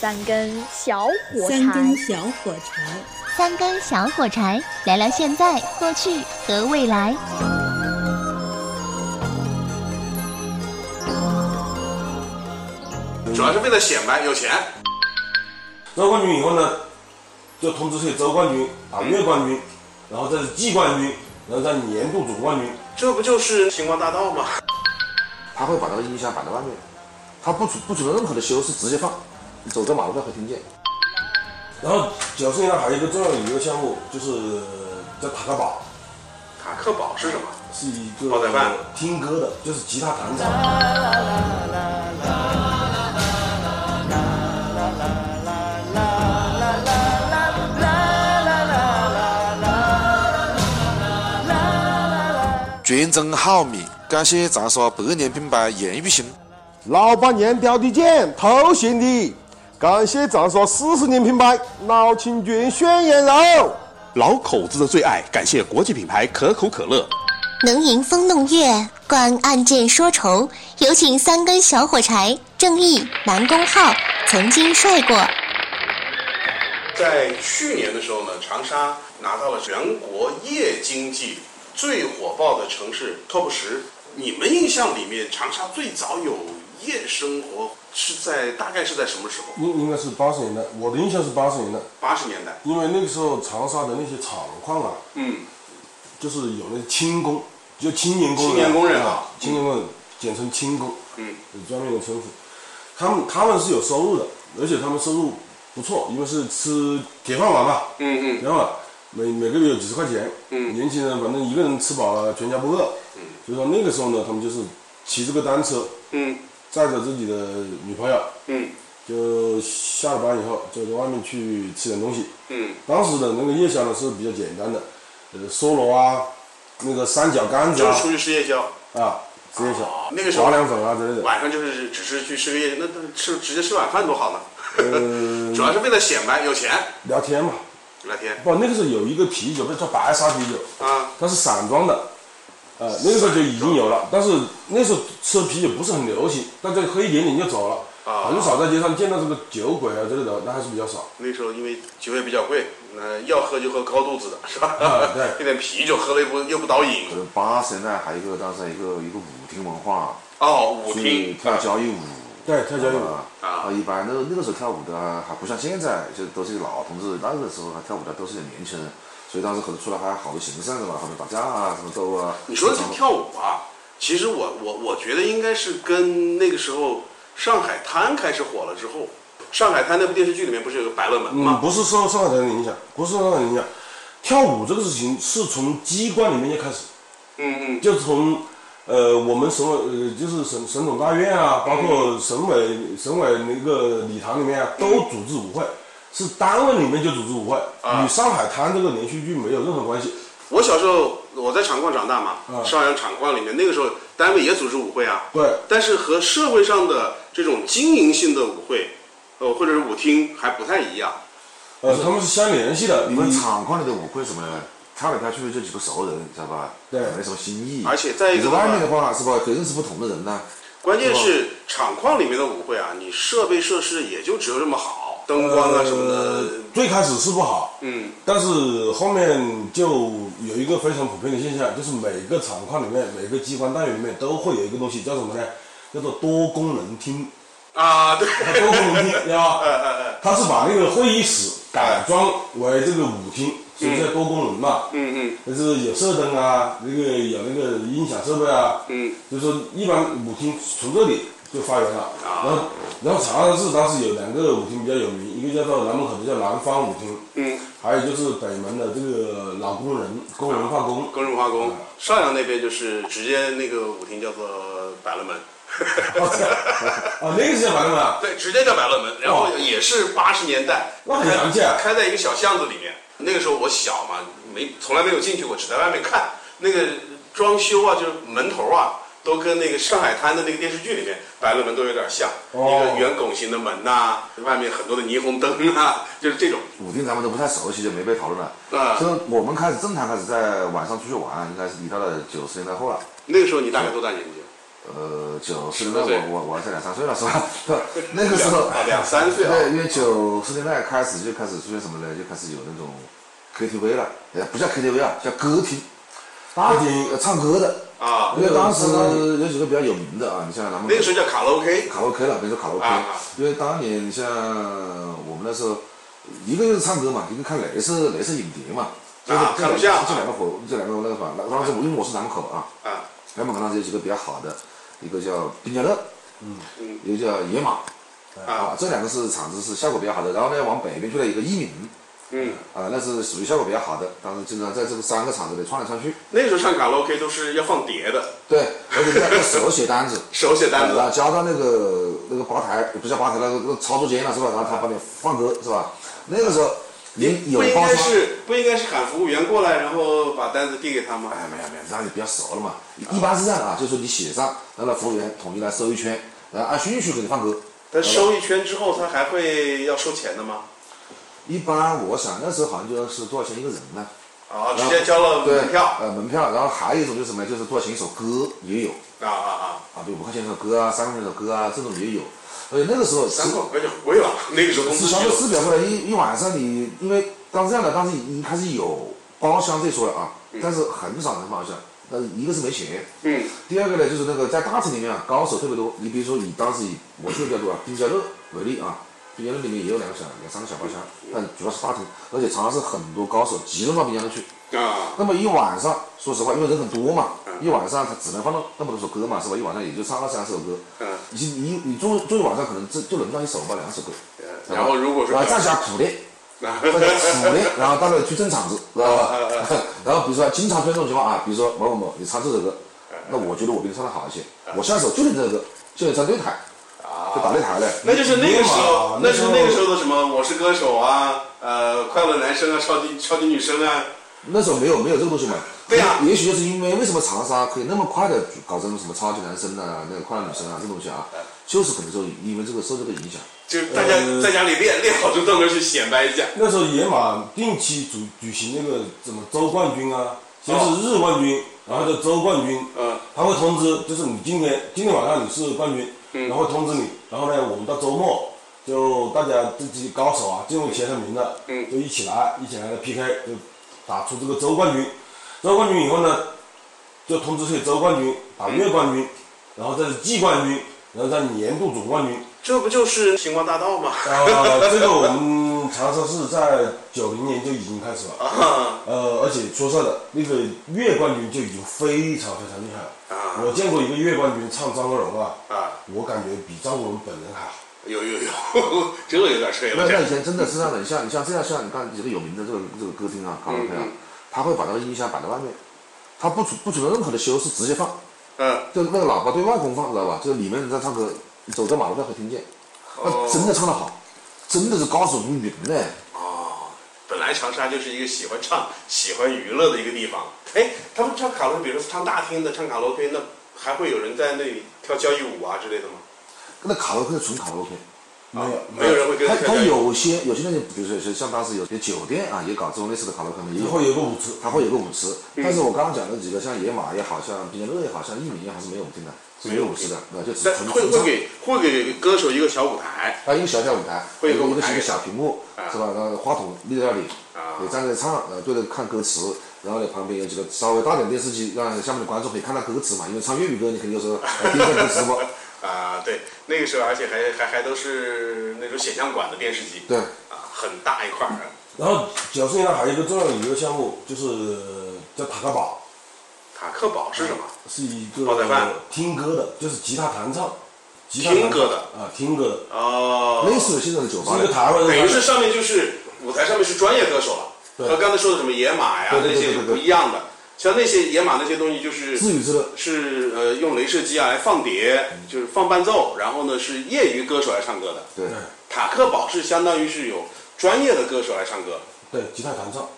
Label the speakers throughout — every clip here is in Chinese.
Speaker 1: 三根小火
Speaker 2: 三根
Speaker 1: 柴。
Speaker 2: 小火柴，
Speaker 3: 三根小火柴，聊聊现在、过去和未来。
Speaker 4: 主要是为了显摆有钱。
Speaker 5: 周冠军以后呢，就通知是周冠军啊、月冠军，然后这是季冠军，然后再年度总冠军。
Speaker 4: 这不就是星光大道吗？
Speaker 6: 他会把那个音箱摆在外面，他不主不主动任何的修饰，直接放，你走在马路上会听见。
Speaker 5: 然后九四年呢还有一个重要的娱乐项目，就是叫塔克堡，
Speaker 4: 塔克堡是什么？
Speaker 5: 是一个
Speaker 4: 煲仔饭
Speaker 5: 听歌的，就是吉他弹唱。
Speaker 7: 全真好米，感谢长沙百年品牌严玉兴。
Speaker 8: 老板娘雕的剑，头衔的，感谢长沙四十年品牌老清泉宣言楼。
Speaker 9: 老口子的最爱，感谢国际品牌可口可乐。
Speaker 3: 能吟风弄月，观案件说愁。有请三根小火柴，正义南宫浩曾经帅过。
Speaker 4: 在去年的时候呢，长沙拿到了全国夜经济最火爆的城市 top 十。你们印象里面，长沙最早有夜生活是在大概是在什么时候？
Speaker 5: 应应该是八十年代，我的印象是八十年代，
Speaker 4: 八十年代。
Speaker 5: 因为那个时候长沙的那些厂矿啊，
Speaker 4: 嗯，
Speaker 5: 就是有那些轻工，就青年工人，
Speaker 4: 青年工人啊
Speaker 5: 啊，青年工人，简称轻工，
Speaker 4: 嗯，
Speaker 5: 有专门的称呼。他们他们是有收入的，而且他们收入不错，因为是吃铁饭碗嘛，
Speaker 4: 嗯嗯，
Speaker 5: 然后啊每每个月有几十块钱，
Speaker 4: 嗯
Speaker 5: 年轻人反正一个人吃饱了，全家不饿，嗯，所以说那个时候呢，他们就是骑这个单车，
Speaker 4: 嗯
Speaker 5: 载着自己的女朋友，
Speaker 4: 嗯
Speaker 5: 就下了班以后就到外面去吃点东西，
Speaker 4: 嗯，
Speaker 5: 当时的那个夜宵呢是比较简单的，呃，梭罗啊，那个三角杆子
Speaker 4: 就
Speaker 5: 啊
Speaker 4: 是，出去吃夜宵，
Speaker 5: 啊，直接小，
Speaker 4: 那个时候
Speaker 5: 滑凉粉啊之类的，
Speaker 4: 晚上就是只是去吃个夜，那那吃直接吃晚饭多好呢。
Speaker 5: 呃，
Speaker 4: 主要是为了显摆有钱，
Speaker 5: 聊天嘛。
Speaker 4: 聊天
Speaker 5: 不，那个时候有一个啤酒叫白沙啤酒，
Speaker 4: 啊，
Speaker 5: 它是散装的，呃，那个时候就已经有了，但是那时候吃啤酒不是很流行，大家喝一点点就走了，
Speaker 4: 啊
Speaker 5: 很少在街上见到这个酒鬼啊之类的，那还是比较少。
Speaker 4: 那时候因为酒也比较贵，那要喝就喝高度数 的，是吧？
Speaker 5: 啊对
Speaker 4: 那点啤酒喝了又不又不倒瘾
Speaker 6: 可。能八十年代还有一个，当时一个一个舞厅文化，
Speaker 4: 哦，舞
Speaker 6: 所以
Speaker 4: 厅
Speaker 6: 跳交谊舞。
Speaker 5: 对，跳交谊舞，
Speaker 6: 啊，啊，一般那个那个时候跳舞的啊还不像现在，就都是老同志。那个时候还跳舞的都是年轻人，所以当时可能出来还好多形象的嘛，他们打架啊，什么斗啊。
Speaker 4: 你说
Speaker 6: 这
Speaker 4: 这跳舞啊，其实我我我觉得应该是跟那个时候上海滩开始火了之后，上海滩那部电视剧里面不是有个百乐门
Speaker 5: 嗯，
Speaker 4: 吗？
Speaker 5: 不是受上海人的影响，不是受上海人的影响，跳舞这个事情是从机关里面就开始，
Speaker 4: 嗯嗯
Speaker 5: 就从呃我们省委呃就是省省总大院啊，包括省委省委那个礼堂里面啊，都组织舞会，是单位里面就组织舞会，与上海滩这个连续剧没有任何关系。
Speaker 4: 我小时候我在厂矿长大嘛，
Speaker 5: 嗯
Speaker 4: 上海厂矿里面那个时候单位也组织舞会啊，
Speaker 5: 对，
Speaker 4: 但是和社会上的这种经营性的舞会，呃或者是舞厅还不太一样。
Speaker 5: 呃，他们是相联系的。
Speaker 6: 你们厂矿里的舞会什么的，跳来跳去就几个熟人，知道吧？
Speaker 5: 对
Speaker 6: 没什么新意。
Speaker 4: 而且再一个的
Speaker 6: 你在
Speaker 4: 话
Speaker 6: 外面的话，是吧？可认识不同的人呢、
Speaker 4: 关键是厂矿里面的舞会啊，你设备设施也就只有这么好，灯光啊什么
Speaker 5: 呃
Speaker 4: 的，，
Speaker 5: 最开始是不好，
Speaker 4: 嗯，
Speaker 5: 但是后面就有一个非常普遍的现象，就是每个厂矿里面、每个机关单元里面都会有一个东西，叫什么呢？叫做多功能厅。
Speaker 4: 啊， 对，
Speaker 5: 它多功能厅，对吧？它是把那个会议室改装为这个舞厅，所以叫多功能嘛。
Speaker 4: 嗯嗯嗯
Speaker 5: 就是有射灯啊，那个有那个音响设备啊，
Speaker 4: 嗯，
Speaker 5: 就是说一般舞厅从这里就发源了，
Speaker 4: 啊
Speaker 5: 然后然后长沙市当时有两个舞厅比较有名，一个叫做南门口的叫南方舞厅，
Speaker 4: 嗯，
Speaker 5: 还有就是北门的这个老工人工人化工，
Speaker 4: 耕种化工，邵阳那边就是直接那个舞厅叫做百乐门，
Speaker 5: 哦这样 啊，那个是叫反正啊，
Speaker 4: 对，直接叫百乐门，然
Speaker 6: 哦
Speaker 4: 后也是八十年代，
Speaker 5: 那很洋气啊
Speaker 4: 开在一个小巷子里面。那个时候我小嘛，没从来没有进去过，只在外面看那个装修啊，就是门头啊，都跟那个上海滩的那个电视剧里面百乐门都有点像，
Speaker 5: 哦
Speaker 4: 一个圆拱形的门呐、外面很多的霓虹灯啊，就是这种。
Speaker 6: 舞厅咱们都不太熟悉，就没被讨论了。
Speaker 4: 啊
Speaker 6: 就是我们开始正常开始在晚上出去玩，应该是你到了九十年代后了。
Speaker 4: 那个时候你大概多大年纪？啊
Speaker 6: 呃，九十年代我我我还才两三岁了是吧？ 对， 那个时候
Speaker 4: 啊两三岁啊
Speaker 6: 对，因为九十年代开始就开始出现什么呢？就开始有那种 KTV 了，也不叫 KTV 啊，叫歌厅，
Speaker 5: 大厅
Speaker 6: 呃唱歌的。
Speaker 4: 啊，
Speaker 6: 因为当时有几个比较有名的啊，你像咱们
Speaker 4: 那个时候叫卡拉 OK
Speaker 6: 卡拉 OK 了，别说卡拉 OK，、
Speaker 4: 啊
Speaker 6: 因为当年你像我们那时候，一个就是唱歌嘛，一个看雷是雷是影碟嘛，就是
Speaker 4: 啊
Speaker 6: 这
Speaker 4: 看录像
Speaker 6: 这两个活，这两个那个什么，那当时我因为我是南口啊，
Speaker 4: 啊，
Speaker 6: 南口当时有几个比较好的，一个叫冰家乐，嗯，一个叫野马，啊，这两个是厂子是效果比较好的，然后呢往北边去了一个一鸣，
Speaker 4: 嗯，
Speaker 6: 啊，那是属于效果比较好的，当时经常在这个三个厂子里窜来窜去，
Speaker 4: 那时候唱卡拉 OK 都是要放碟的，
Speaker 6: 对，而且在在手写单子。
Speaker 4: 手写 单
Speaker 6: 然后
Speaker 4: 子，
Speaker 6: 交到那个那个吧台，不叫吧台，那个那个操作间了是吧？然后他帮你放歌是吧？那个时候你有
Speaker 4: 不应
Speaker 6: 包
Speaker 4: 该
Speaker 6: 厢，
Speaker 4: 是不应该是喊服务员过来，然后把单子递给他吗
Speaker 6: 哎？呀没有没有，那你比较熟了嘛。一般是这样的啊，就是你写上，然后服务员统一来收一圈，然后按顺序给你放歌。
Speaker 4: 他收一圈之后，他还会要收钱的吗？
Speaker 6: 一般我想那时候好像就是多少钱一个人呢？
Speaker 4: 啊，直接交了
Speaker 6: 对
Speaker 4: 门票
Speaker 6: 呃，门票。然后还有一种就是什么，就是多少钱一首歌也有
Speaker 4: 啊啊啊！
Speaker 6: 啊，比如五块钱一首歌啊，三块钱一首歌啊，这种也有。而且那个时候
Speaker 4: 三块哎五块就贵了，啊那个时候工
Speaker 6: 是
Speaker 4: 资
Speaker 6: 全部
Speaker 4: 就
Speaker 6: 撕表出来一一晚上你，因为当时这样的，当时已经开始有包厢这说了啊，但是很少人包厢。但是一个是没钱，
Speaker 4: 嗯，
Speaker 6: 第二个呢就是那个在大城里面啊，高手特别多。你比如说以当时以我去的比较多啊，滨江乐为例啊，滨江乐里面也有两个小两三个小包厢，
Speaker 4: 嗯
Speaker 6: 但主要是大城，而且常常是很多高手集中到滨江乐去。
Speaker 4: 啊，
Speaker 6: 那么一晚上，说实话，因为人很多嘛，
Speaker 4: 嗯
Speaker 6: 一晚上他只能放到那么多首歌嘛，是吧？一晚上也就唱二三十首歌，
Speaker 4: 嗯
Speaker 6: 你你你坐坐一晚上可能就就轮到一首吧，两首歌。
Speaker 4: 嗯然后如果说
Speaker 6: 然后再加苦练，再加苦练，然后到了去争场子，知道吧？ 然后比如说经常出现这种情况啊，比如说某某某，你唱这首歌，那我觉得我比你唱的好一些，我下手就你这首歌，就你唱对台，就打对台了。
Speaker 4: 那就是那个时候
Speaker 5: 嘛，
Speaker 4: 那是
Speaker 5: 那时候
Speaker 4: 那个时候的什么《我是歌手》啊，呃，《快乐男生》啊，《超级超级女生》啊，
Speaker 6: 那时候没有没有这个东西嘛。
Speaker 4: 对呀
Speaker 6: 也也许就是因为为什么长沙可以那么快的搞成什么超级男生啊、那个快乐女生啊这东西啊，
Speaker 4: 嗯
Speaker 6: 就是可能就因为这个受这个影响。
Speaker 4: 就大家
Speaker 5: 呃
Speaker 4: 在家里练练好之后到那儿去显摆一下。
Speaker 5: 那时候野马定期举举行那个什么周冠军啊，先是日冠军，然后就周冠军，
Speaker 4: 哦嗯，
Speaker 5: 他会通知，就是你今天今天晚上你是冠军，
Speaker 4: 嗯
Speaker 5: 然后通知你，然后呢，我们到周末就大家这些高手啊，进入前三名的，
Speaker 4: 嗯
Speaker 5: 就一起来一起来 PK，就打出这个周冠军，周冠军以后呢，就通知是周冠军打
Speaker 4: 嗯
Speaker 5: 月冠军，然后再是季冠军，然后再年度总冠军。
Speaker 4: 这不就是星光大道吗？
Speaker 5: 呃，这个我们长沙市在九零年就已经开始了，
Speaker 4: 啊，
Speaker 5: 呃，而且说实在的，那个月冠军就已经非常非常厉害了。我见过一个月冠军唱张国荣啊，
Speaker 4: 啊
Speaker 5: 我感觉比张国荣本人还好。
Speaker 4: 有有有， 这有点吹
Speaker 6: 那
Speaker 4: 了。
Speaker 6: 那以
Speaker 4: 这
Speaker 6: 前真的是让人像你像这样像你看几个有名的这个这个歌厅啊、卡拉 OK 啊，他会把那个音箱摆在外面，他不存不存在任何的修饰，直接放，
Speaker 4: 嗯，
Speaker 6: 就那个喇叭对外公放，知道吧？就是里面人在唱歌，走在马路上会听见，那真的唱得好，真的是高手如云呢。
Speaker 4: 本来长沙就是一个喜欢唱、喜欢娱乐的一个地方。哎，他们唱卡拉，比如说唱大厅的、唱卡拉 OK，那还会有人在那里跳交谊舞啊之类的吗？
Speaker 6: 那卡拉 OK 纯卡拉 OK。
Speaker 5: 没有，
Speaker 4: 啊没有人会跟
Speaker 6: 他
Speaker 4: 着跳
Speaker 6: 他
Speaker 4: 交谊舞。
Speaker 6: 有些有些那些，比如说有些像当时有些酒店啊，也搞这种类似的卡拉 OK 嘛，也
Speaker 5: 以
Speaker 6: 有，
Speaker 5: 后有个舞池，
Speaker 6: 它会有个舞池。但是我刚刚讲的几个，像野马也好像冰乐也好像一米也好，是没有舞厅的，是没有舞池的，那就只
Speaker 4: 但
Speaker 6: 纯
Speaker 4: 会
Speaker 6: 纯
Speaker 4: 会
Speaker 6: 唱。
Speaker 4: 给会给歌手一个小舞台，
Speaker 6: 它一个小小舞台，
Speaker 4: 会有个
Speaker 6: 一
Speaker 4: 舞
Speaker 6: 个
Speaker 4: 台啊
Speaker 6: 一个小屏幕，是吧？然后话筒立在那里，你站着唱，呃，对着看歌词，然后呢旁边有几个稍微大点电视机，让下面的观众可以看到歌词嘛，因为唱粤语歌你肯定就是呃盯着歌词 嘛。
Speaker 4: 啊，对，那个时候而且还还还都是那种显像管的电视机，
Speaker 6: 对
Speaker 4: 啊，很大一块儿。
Speaker 5: 然后九十年代还有一个重要的娱乐项目，就是叫塔克堡，
Speaker 4: 塔克堡是什么？
Speaker 5: 是一个
Speaker 4: 煲仔饭
Speaker 5: 听歌的，就是吉他弹唱，吉他
Speaker 4: 听
Speaker 5: 弹
Speaker 4: 歌
Speaker 5: 唱
Speaker 4: 的
Speaker 5: 啊，听歌的，
Speaker 4: 哦，
Speaker 6: 类似于现在的酒吧
Speaker 5: 是一个，台湾人
Speaker 4: 等
Speaker 5: 开
Speaker 4: 于
Speaker 5: 的，
Speaker 4: 是上面就是舞台上面是专业歌手了，
Speaker 5: 对
Speaker 4: 和刚才说的什么野马呀
Speaker 6: 对对对
Speaker 4: 那些
Speaker 6: 对对
Speaker 4: 不一样的。像那些野马那些东西就是
Speaker 6: 自娱自乐
Speaker 4: 是呃用镭射机啊来放碟，就是放伴奏，然后呢是业余歌手来唱歌的。
Speaker 6: 对。
Speaker 4: 塔克堡是相当于是有专业的歌手来唱歌，
Speaker 5: 对吉他弹唱。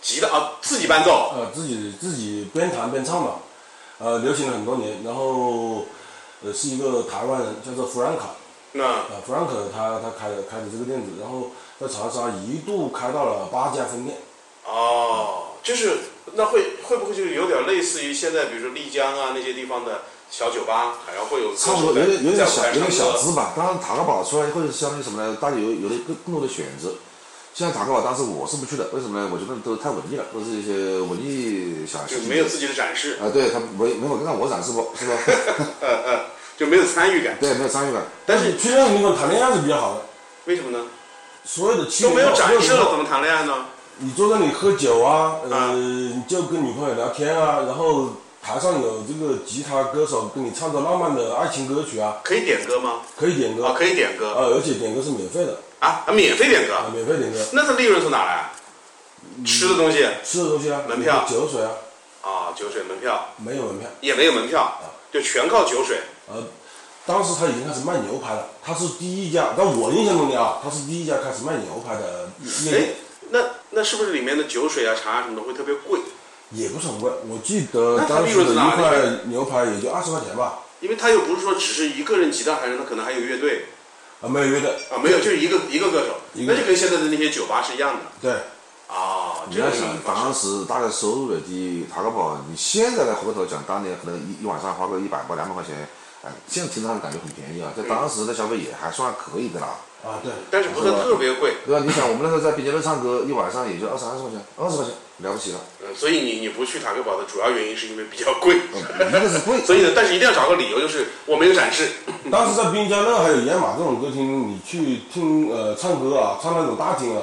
Speaker 4: 吉他啊自己伴奏，
Speaker 5: 呃，自己自己边弹边唱嘛，呃，流行了很多年。然后，呃，是一个台湾人，叫做弗兰卡，
Speaker 4: 那
Speaker 5: 呃，弗兰克他他开的开的这个店子，然后在长沙一度开到了八家分店。
Speaker 4: 哦，就是那会会不会就有点类似于现在，比如说丽江啊那些地方的小酒吧，好像会有歌
Speaker 6: 差不
Speaker 4: 手
Speaker 6: 多
Speaker 4: 在
Speaker 6: 有点有
Speaker 4: 在舞
Speaker 6: 点小
Speaker 4: 台
Speaker 6: 有点
Speaker 4: 唱
Speaker 6: 小
Speaker 4: 歌
Speaker 6: 资吧。当然塔克堡出来或者相当于什么呢？大家有有了更更多的选择。像塔克堡当时我是不去的，为什么呢？我觉得都太文艺了，都是一些文艺小
Speaker 4: 就
Speaker 6: 清
Speaker 4: 没有
Speaker 6: 新
Speaker 4: 自己的展示，
Speaker 6: 啊，对他没没有让我展示过，是吧？
Speaker 4: 就没有参与感。
Speaker 6: 对，没有参与感。
Speaker 4: 但
Speaker 5: 但
Speaker 4: 是
Speaker 5: 是去那种地方谈恋爱是比较好的，
Speaker 4: 为什么呢？
Speaker 5: 所有的七
Speaker 4: 都
Speaker 5: 零
Speaker 4: 没有
Speaker 5: 后
Speaker 4: 展示
Speaker 5: 60
Speaker 4: 了，
Speaker 5: 后
Speaker 4: 怎么谈恋爱呢？
Speaker 5: 你坐那里喝酒啊，
Speaker 4: 啊
Speaker 5: 呃，你就跟女朋友聊天啊，然后台上有这个吉他歌手跟你唱着浪漫的爱情歌曲啊，
Speaker 4: 可以点歌吗？
Speaker 5: 可以点歌
Speaker 4: 啊，
Speaker 5: 啊，
Speaker 4: 可以点歌
Speaker 5: 而且点歌是免费的
Speaker 4: 啊，免费点
Speaker 5: 啊，
Speaker 4: 歌，
Speaker 5: 免费点歌，
Speaker 4: 那它利润从哪来？啊吃的东西
Speaker 5: 吃的东西啊，
Speaker 4: 门票
Speaker 5: 酒水啊，
Speaker 4: 啊，酒水门票
Speaker 5: 没有门票。
Speaker 4: 也没有门票，
Speaker 6: 啊
Speaker 4: 就全靠酒水。
Speaker 5: 呃，当时他已经开始卖牛排了，他是第一家，在我印象中的啊，他是第一家开始卖牛排的夜
Speaker 4: 哎
Speaker 5: 店，，
Speaker 4: 那那是不是里面的酒水啊、茶啊什么的会特别贵？
Speaker 5: 也不是很贵，我记得
Speaker 4: 那他
Speaker 5: 当
Speaker 4: 利
Speaker 5: 时
Speaker 4: 润
Speaker 5: 的
Speaker 4: 是哪里
Speaker 5: 一块牛排也就二十块钱吧，
Speaker 4: 因为他又不是说只是一个人吉他，还是他可能还有乐队
Speaker 5: 啊，没有约的，
Speaker 4: 啊，没有，就是一个一个歌手，
Speaker 5: 一个
Speaker 4: 那就跟现在的那些酒吧是一样的
Speaker 5: 对，
Speaker 4: 啊。
Speaker 6: 你
Speaker 4: 这
Speaker 6: 要
Speaker 4: 样
Speaker 6: 想
Speaker 4: 的方式
Speaker 6: 当时大概收入的低，塔克堡，你现在来回过头讲，当年可能一一晚上花个一百或两百块钱，哎，现在听上去感觉很便宜啊，在当时的消费也还算可以的啦，
Speaker 5: 啊对，
Speaker 4: 但是不是特别贵，
Speaker 6: 对吧？你想，我们那时候在毕节路唱歌，一晚上也就二三十块钱，二十块钱了不起了，
Speaker 4: 嗯，所以你你不去塔克堡的主要原因是因为比较贵，
Speaker 6: 一嗯个是贵，
Speaker 4: 所以呢，但是一定要找个理由，就是我没有展示，
Speaker 5: 当时在滨江乐还有野马这种歌厅，你去听呃唱歌啊，唱那种大厅啊，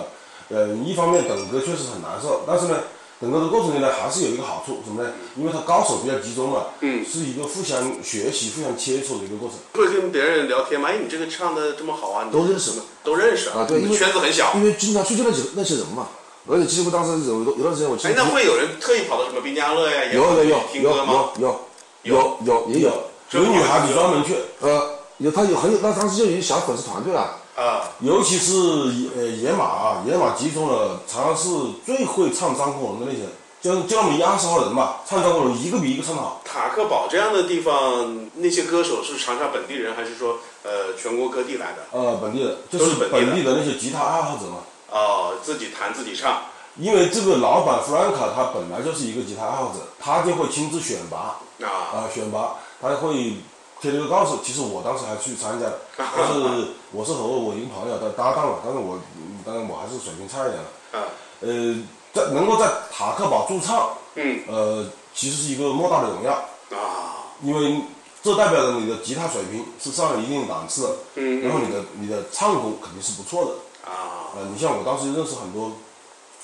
Speaker 5: 呃，一方面等歌确实很难受，但是呢，等歌的过程中呢，还是有一个好处，什么呢？因为它高手比较集中嘛，嗯，是一个互相学习、互相切磋的一个过程。
Speaker 4: 会跟别人聊天吗？哎，你这个唱的这么好啊，你
Speaker 6: 都认识
Speaker 4: 么都认识
Speaker 6: 啊对
Speaker 4: 你
Speaker 6: 因为
Speaker 4: 圈子很小
Speaker 6: 因。为经常去就那几个那些人嘛，而且几乎当时有有段时间我记
Speaker 4: 哎
Speaker 6: 得，
Speaker 4: 那会有人特意跑到什么滨江乐呀？也
Speaker 6: 有有有有
Speaker 4: 听
Speaker 6: 有
Speaker 4: 歌吗？
Speaker 6: 有有有也有，
Speaker 5: 有女孩子专门去，
Speaker 6: 呃，有他有很有，那当时就有一个小粉丝团队了。
Speaker 4: 啊，
Speaker 5: 尤其是呃野马啊，野马集中了长安市最会唱张国荣的那些人，就就那么一二十号人吧，唱张国荣一个比一个唱的好。
Speaker 4: 塔克堡这样的地方，那些歌手是长沙本地人，还是说呃全国各地来的？
Speaker 5: 呃，本地人就
Speaker 4: 都是
Speaker 5: 是
Speaker 4: 本地人
Speaker 5: 本地的那些吉他爱好者嘛。
Speaker 4: 哦，自己弹自己唱。
Speaker 5: 因为这个老板弗兰卡他本来就是一个吉他爱好者，他就会亲自选拔
Speaker 4: 啊
Speaker 5: 啊、选拔，他会贴了个告示。其实我当时还去参加了，但是我是和我一个朋友他搭档了，但是我嗯当然我还是水平差一点了。
Speaker 4: 啊，
Speaker 5: 呃，在能够在塔克堡驻唱，
Speaker 4: 嗯
Speaker 5: 呃，其实是一个莫大的荣耀，
Speaker 4: 啊，
Speaker 5: 因为这代表着你的吉他水平是上了一定档次的，嗯，然后你的你的唱功肯定是不错的，
Speaker 4: 啊，
Speaker 5: 呃，你像我当时认识很多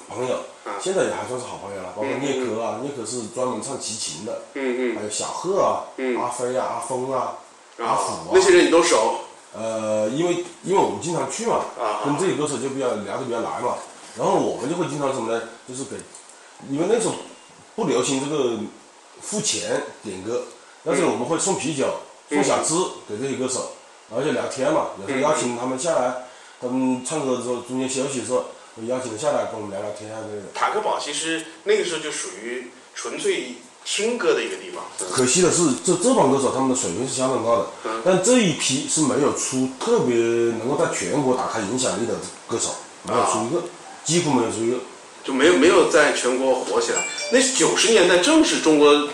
Speaker 5: 朋友，现在也还算是好朋友了，包括聂科啊，聂科是专门唱齐秦的，
Speaker 4: 嗯嗯嗯
Speaker 5: 还有小贺啊，阿飞啊，阿峰啊，阿
Speaker 4: 啊
Speaker 5: 虎啊，，
Speaker 4: 那些人你都熟
Speaker 5: 呃，因为因为我们经常去嘛，
Speaker 4: 啊
Speaker 5: 跟这些歌手就比较聊得比较来嘛，然后我们就会经常什么呢？就是给，因为那时候不流行这个付钱点歌，但是我们会送啤酒、
Speaker 4: 嗯
Speaker 5: 送小吃给这些歌手，然后就聊天嘛，有时候邀请他们下来，他们唱歌的时候中间休息的时候，我邀请他下来跟我们聊聊天啊之类的。
Speaker 4: 塔克堡，其实那个时候就属于纯粹听歌的一个地方。
Speaker 5: 可惜的是，这这帮歌手他们的水平是相当高的，
Speaker 6: 嗯
Speaker 5: 但这一批是没有出特别能够在全国打开影响力的歌手，没有出一个，
Speaker 6: 啊
Speaker 5: 几乎没有出一个。
Speaker 4: 就没有没有在全国火起来。那九十年代正是中国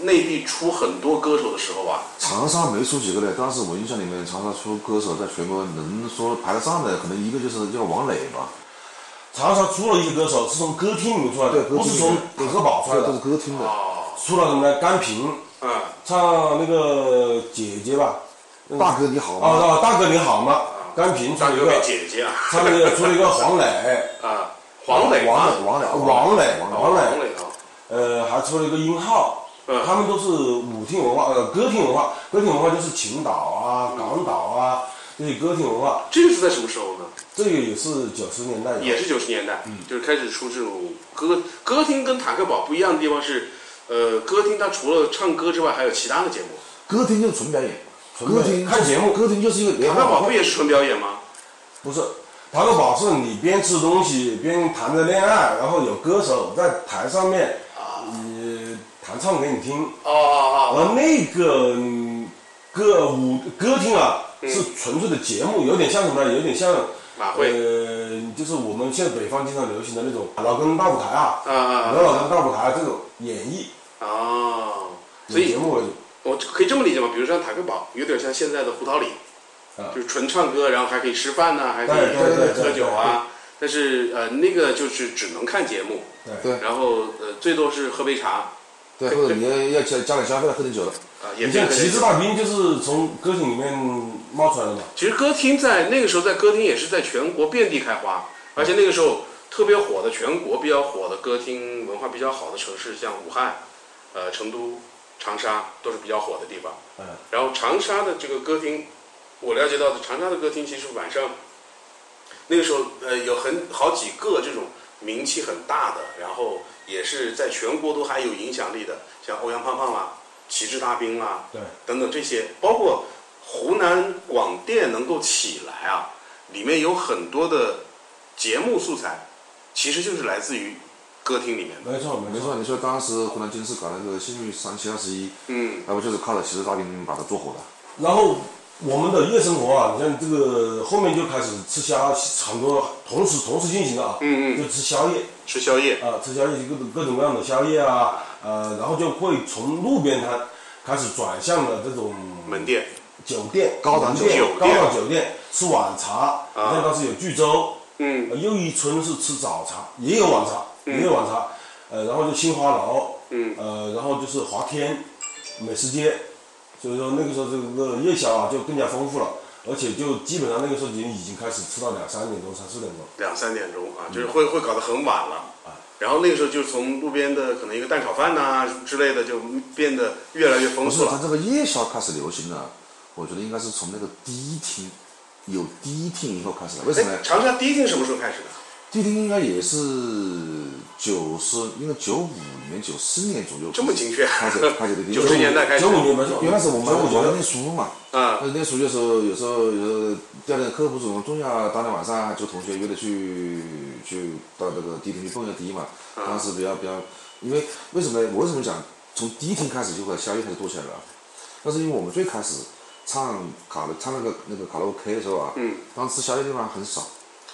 Speaker 4: 内地出很多歌手的时候啊，
Speaker 6: 长沙没出几个嘞，当时我印象里面，长沙出歌手在全国能说排得上的，可能一个就是叫王磊吧，
Speaker 5: 长沙出了一个歌手是从歌厅里面出来的，
Speaker 6: 歌
Speaker 5: 不
Speaker 6: 厅
Speaker 5: 是
Speaker 6: 里
Speaker 5: 从
Speaker 6: 面
Speaker 5: 塔克堡出来
Speaker 6: 都是啊
Speaker 5: 的，
Speaker 6: 歌厅的。
Speaker 5: 出了什么呢？甘萍
Speaker 4: 嗯，
Speaker 5: 唱那个姐姐吧，
Speaker 6: 嗯大哥你好
Speaker 5: 啊
Speaker 6: 吗？
Speaker 5: 啊，大哥你好吗？甘萍出
Speaker 4: 大
Speaker 5: 了一
Speaker 4: 哥给
Speaker 5: 个，
Speaker 4: 姐姐啊，
Speaker 5: 他那个出了一个黄 磊，
Speaker 4: 啊，黄磊
Speaker 6: 王
Speaker 4: 啊，
Speaker 6: 磊，王磊，
Speaker 5: 王磊，王
Speaker 4: 黄
Speaker 5: 磊，
Speaker 4: 磊啊，
Speaker 5: 呃，还出了一个殷浩
Speaker 4: 嗯，
Speaker 5: 他们都是舞厅文化，呃，歌厅文化，歌厅文化就是秦岛啊、
Speaker 4: 嗯
Speaker 5: 港岛啊这些歌厅文化，
Speaker 4: 这个是在什么时候呢？
Speaker 5: 这个也是九十年代以后
Speaker 4: 也是九十年代，
Speaker 5: 嗯
Speaker 4: 就是开始出这种歌歌厅跟塔克堡不一样的地方是，呃，歌厅它除了唱歌之外，还有其他的节目。
Speaker 6: 歌厅就是纯表演，
Speaker 5: 纯表
Speaker 6: 歌
Speaker 5: 演
Speaker 6: 厅
Speaker 5: 看节目
Speaker 6: 歌厅就是一个联
Speaker 5: 哦
Speaker 4: 塔
Speaker 6: 欢
Speaker 4: 克堡
Speaker 6: 晚
Speaker 4: 不
Speaker 6: 会。
Speaker 4: 也是纯表演吗？
Speaker 5: 不是，塔克堡是你边吃东西边谈着恋爱，然后有歌手在台上面，
Speaker 4: 啊
Speaker 5: 你弹唱给你听。
Speaker 4: 哦哦
Speaker 5: 而那个嗯歌舞歌厅啊，
Speaker 4: 嗯
Speaker 5: 是纯粹的节目，有点像什么呢？有点像
Speaker 4: 晚会
Speaker 5: 呃，就是我们现在北方经常流行的那种老根大舞台啊，
Speaker 4: 啊啊啊
Speaker 5: 刘老根大舞台啊这种演绎
Speaker 4: 哦，哦，所
Speaker 5: 以
Speaker 4: 以
Speaker 5: 节目为主。
Speaker 4: 我可以这么理解吗？比如像塔克堡，有点像现在的胡桃里，就是纯唱歌，然后还可以吃饭呐、还可以
Speaker 5: 嗯对对对对
Speaker 4: 喝酒啊。但是呃，那个就是只能看节目，
Speaker 6: 对
Speaker 4: 然后呃，最多是喝杯茶啊、
Speaker 6: 对，或者你要要加加点消费了，喝点酒了，
Speaker 4: 也
Speaker 5: 你
Speaker 4: 可以
Speaker 5: 像
Speaker 4: 喝
Speaker 5: 旗
Speaker 4: 点酒。
Speaker 5: 帜大兵就是从歌厅里面冒出来的嘛，
Speaker 4: 其实歌厅在那个时候，在歌厅也是在全国遍地开花，而且那个时候特别火的，全国比较火的歌厅文化比较好的城市，像武汉、呃成都、长沙都是比较火的地方。
Speaker 5: 嗯，
Speaker 4: 然后长沙的这个歌厅，我了解到的长沙的歌厅，其实晚上那个时候呃有很好几个这种名气很大的，然后也是在全国都还有影响力的，像欧阳胖胖啦、旗帜大兵啊啦，
Speaker 5: 对，
Speaker 4: 等等这些，包括湖南广电能够起来啊，里面有很多的节目素材，其实就是来自于歌厅里面的。
Speaker 5: 没错没
Speaker 6: 没
Speaker 5: 错，
Speaker 6: 错，你说当时湖南经视搞那个《幸运三七二十一》，
Speaker 4: 嗯，
Speaker 6: 那不就是靠着骑士大兵把它做火的？
Speaker 5: 然后我们的夜生活啊，你像这个后面就开始吃宵，很多同时同时进行的啊，
Speaker 4: 嗯嗯
Speaker 5: 就吃宵夜
Speaker 4: 吃宵夜，
Speaker 5: 啊，吃宵夜各种各种各样的宵夜啊，呃，然后就会从路边摊开始转向了这种
Speaker 4: 门店，
Speaker 5: 酒店、
Speaker 6: 高档
Speaker 5: 酒店
Speaker 4: 酒店
Speaker 5: 高档酒店吃晚茶，
Speaker 4: 啊
Speaker 5: 像当时有聚州，
Speaker 4: 嗯
Speaker 5: 呃又一村是吃早茶，也有晚茶，也有晚茶，呃，然后就杏花楼，
Speaker 4: 嗯
Speaker 5: 呃，然后就是华天美食街，所以说那个时候这个夜宵啊就更加丰富了，而且就基本上那个时候已经已经开始吃到两三点钟、三四点钟，
Speaker 4: 两三点钟
Speaker 6: 嗯
Speaker 4: 啊，就是会会搞得很晚了。
Speaker 6: 啊
Speaker 4: 然后那个时候就从路边的可能一个蛋炒饭呐、之类的，就变得越来越丰富
Speaker 6: 不是，它
Speaker 4: 了。
Speaker 6: 这个夜宵开始流行了，我觉得应该是从那个迪厅，有迪厅以后开始的。为什么
Speaker 4: 哎
Speaker 6: 呢，？
Speaker 4: 长沙迪厅什么时候开始的？
Speaker 6: 迪厅应该也是九十，应该九五年、九四年左右。
Speaker 4: 这么精确
Speaker 6: 开始开 始的迪厅。
Speaker 4: 90年代开始
Speaker 5: 九五年没错，
Speaker 6: 原来是我们
Speaker 5: 九五
Speaker 6: 我在
Speaker 5: 年
Speaker 6: 念书嘛，
Speaker 4: 啊
Speaker 6: 那念书的时候，有时候有时候第二天课不准，重要，当天晚上就同学约着去去到那个迪厅去蹦一下迪嘛。当时比较比较，因为为什么呢？我为什么讲从迪厅开始就和宵夜开始做起来了啊？那是因为我们最开始唱卡拉唱那个那个卡拉 OK 的时候啊，嗯，当时宵夜地方很少，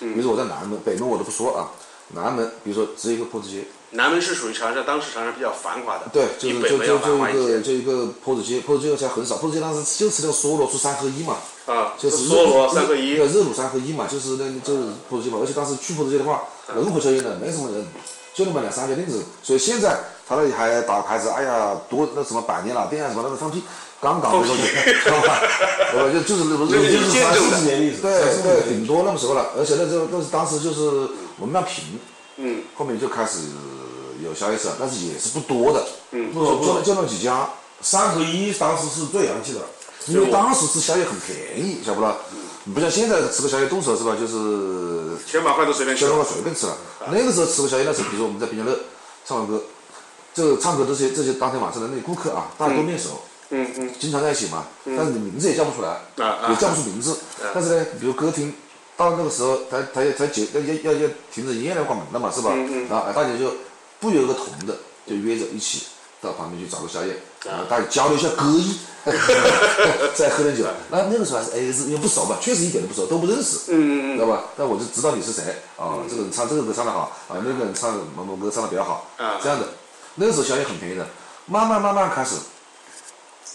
Speaker 6: 嗯，比如说我在南门、北门我都不说啊，南门比如说只有一个坡子街，
Speaker 4: 南门是属于长沙当时长沙比较繁华的，
Speaker 6: 对，就
Speaker 4: 比
Speaker 6: 是
Speaker 4: 北
Speaker 6: 就
Speaker 4: 门要
Speaker 6: 就
Speaker 4: 繁
Speaker 6: 就
Speaker 4: 华
Speaker 6: 一
Speaker 4: 一些
Speaker 6: 个就一个坡子街，坡子街才很少，坡子街当时就吃那个梭罗出三合一嘛，
Speaker 4: 啊，
Speaker 6: 就是是
Speaker 4: 梭罗三合一
Speaker 6: 对，热卤三合一嘛，就是那就是坡子街嘛，而且当时去坡子街的话，人回宵夜的没什么人，就那么两三家店子，所以现在他那里还打牌子，哎呀，多那什么百年老店啊什么那个放屁，刚搞没多久，知道吧？我就就是那不是
Speaker 4: 这个
Speaker 5: 就
Speaker 6: 就
Speaker 5: 是
Speaker 6: 是
Speaker 5: 三四十年历史，三
Speaker 6: 对
Speaker 5: 四十
Speaker 6: 对，
Speaker 5: 年历史
Speaker 6: 顶多那个时候了，而且那时候那是当时就是文庙平，嗯，后面就开始有宵夜吃了，但是也是不多的，嗯，
Speaker 4: 哦
Speaker 5: 不多不多
Speaker 6: 就就那么几家，
Speaker 5: 三合一当时是最洋气的，
Speaker 6: 因为当时吃宵夜很便宜，晓不啦？
Speaker 4: 嗯
Speaker 6: 你不像现在吃个宵夜动手是吧？就是
Speaker 4: 全把饭都随便吃
Speaker 6: 小
Speaker 4: 了
Speaker 6: 老板随便吃了。
Speaker 4: 啊
Speaker 6: 那个时候吃个宵夜，那时候比如说我们在滨江乐唱完歌，这个唱歌这些这些当天晚上的那些顾客啊，大家都面熟，
Speaker 4: 嗯嗯，
Speaker 6: 经常在一起嘛，但是你名字也叫不出来，
Speaker 4: 啊
Speaker 6: 也叫不出名字。但是呢，比如歌厅到那个时候，他他要他解要要要要停止营业了，关门了嘛，是吧？然后哎大家就不约而同的就约着一起到旁边去找个宵夜，然后大家交流一下歌艺， 再喝点酒。那那个时候还是 A A 制，因为不熟嘛，确实一点都不熟，都不认识，嗯嗯，知道吧？但我就知道你是谁啊，这个人唱这个歌唱得好啊，那个人唱某某歌唱得比较好，这样的。那个时候宵夜很便宜的，慢慢慢慢开始。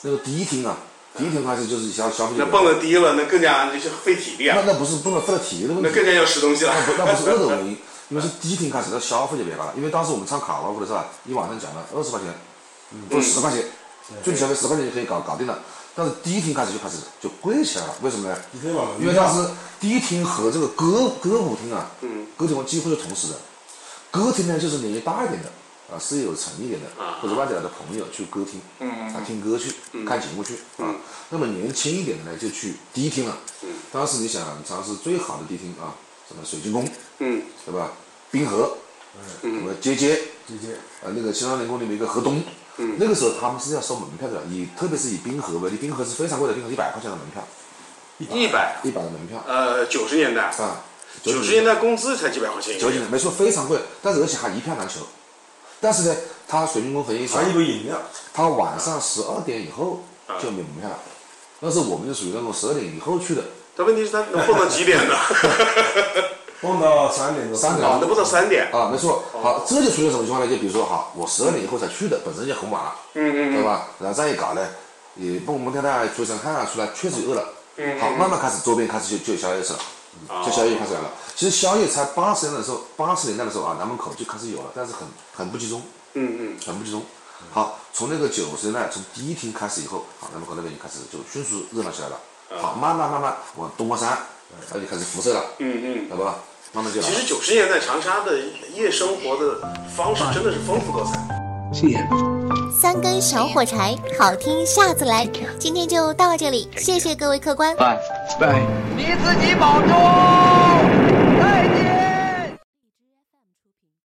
Speaker 6: 那个迪厅啊，迪厅开始就是消消费者
Speaker 4: 那蹦得低了，那更加就是费体力啊
Speaker 6: 那，那不是不能费了体力的问
Speaker 4: 那
Speaker 6: 题，
Speaker 4: 更加要吃东西了。
Speaker 6: 那不那不是饿的原因，因为是迪厅开始，那消费就比较高了。因为当时我们唱卡拉 OK 的时候啊，一晚上讲了二十块钱，就十块钱，就你消费十块钱就可以搞搞定了。但是迪厅开始就开始就贵起来了，为什么呢？
Speaker 5: 一天晚上
Speaker 6: 因为当时迪厅和这个歌歌舞厅啊，歌厅几乎是同时的。歌厅呢，就是年纪大一点的啊，事业有成一点的，或者外地来的朋友去歌厅，啊，听歌去，看节目去啊。那么年轻一点的呢，就去迪厅了。当时你想，长沙最好的迪厅啊，什么水晶宫，
Speaker 4: 嗯，
Speaker 6: 对吧？滨河，什么街街，
Speaker 5: 姐姐，
Speaker 6: 啊，那个西双联宫里面一个河东，
Speaker 4: 嗯
Speaker 6: 那个时候他们是要收门票的，以特别是以滨河为例，滨河是非常贵的，滨河一百块钱的门票，
Speaker 4: 一百，
Speaker 6: 一百的门票
Speaker 4: 呃，九十年代，
Speaker 6: 啊，
Speaker 4: 九十年代工资才几百块钱一
Speaker 6: 九
Speaker 4: 个
Speaker 6: 几
Speaker 4: 月
Speaker 6: 年，没错，非常贵，但是而且还一票难求。但是呢，他水晶宫很一
Speaker 5: 还有一杯饮料，
Speaker 6: 啊他晚上十二点以后
Speaker 4: 啊
Speaker 6: 就没门票了。但是我们就属于那种十二点以后去的，
Speaker 4: 但问题是他能蹦到几点呢？
Speaker 5: 蹦到三点钟，
Speaker 6: 三点
Speaker 4: 啊，能蹦到三点。
Speaker 6: 啊，没错，
Speaker 4: 哦
Speaker 6: 好，这就出
Speaker 4: 嗯
Speaker 6: 现什么情况呢？就比如说，好，我十二点以后才去的，本身就很晚了，嗯嗯，对吧？然后再一搞呢，也蹦蹦跳跳出一身汗啊，出来确实饿了。
Speaker 4: 嗯
Speaker 6: 好，慢慢开始周边开始就就有宵夜吃了，
Speaker 4: 哦
Speaker 6: 就宵夜开始来了。其实宵夜才八十年代的时候，八十年代的时候啊，南门口就开始有了，但是很很不集中。
Speaker 4: 嗯嗯，
Speaker 6: 很不集中。好，从那个九十年代，从第一厅开始以后，好，南门口那边就开始就迅速热闹起来了。
Speaker 4: 哦
Speaker 6: 好，慢慢慢慢往东方山，那就开始辐射了。嗯嗯，好吧，慢慢就来
Speaker 4: 其
Speaker 6: 了。
Speaker 4: 实九十年代长沙的夜生活的方式真的是丰富多彩。
Speaker 3: 三根小火柴，好听下次来。今天就到这里，谢谢各位客官。
Speaker 2: 你自己保重。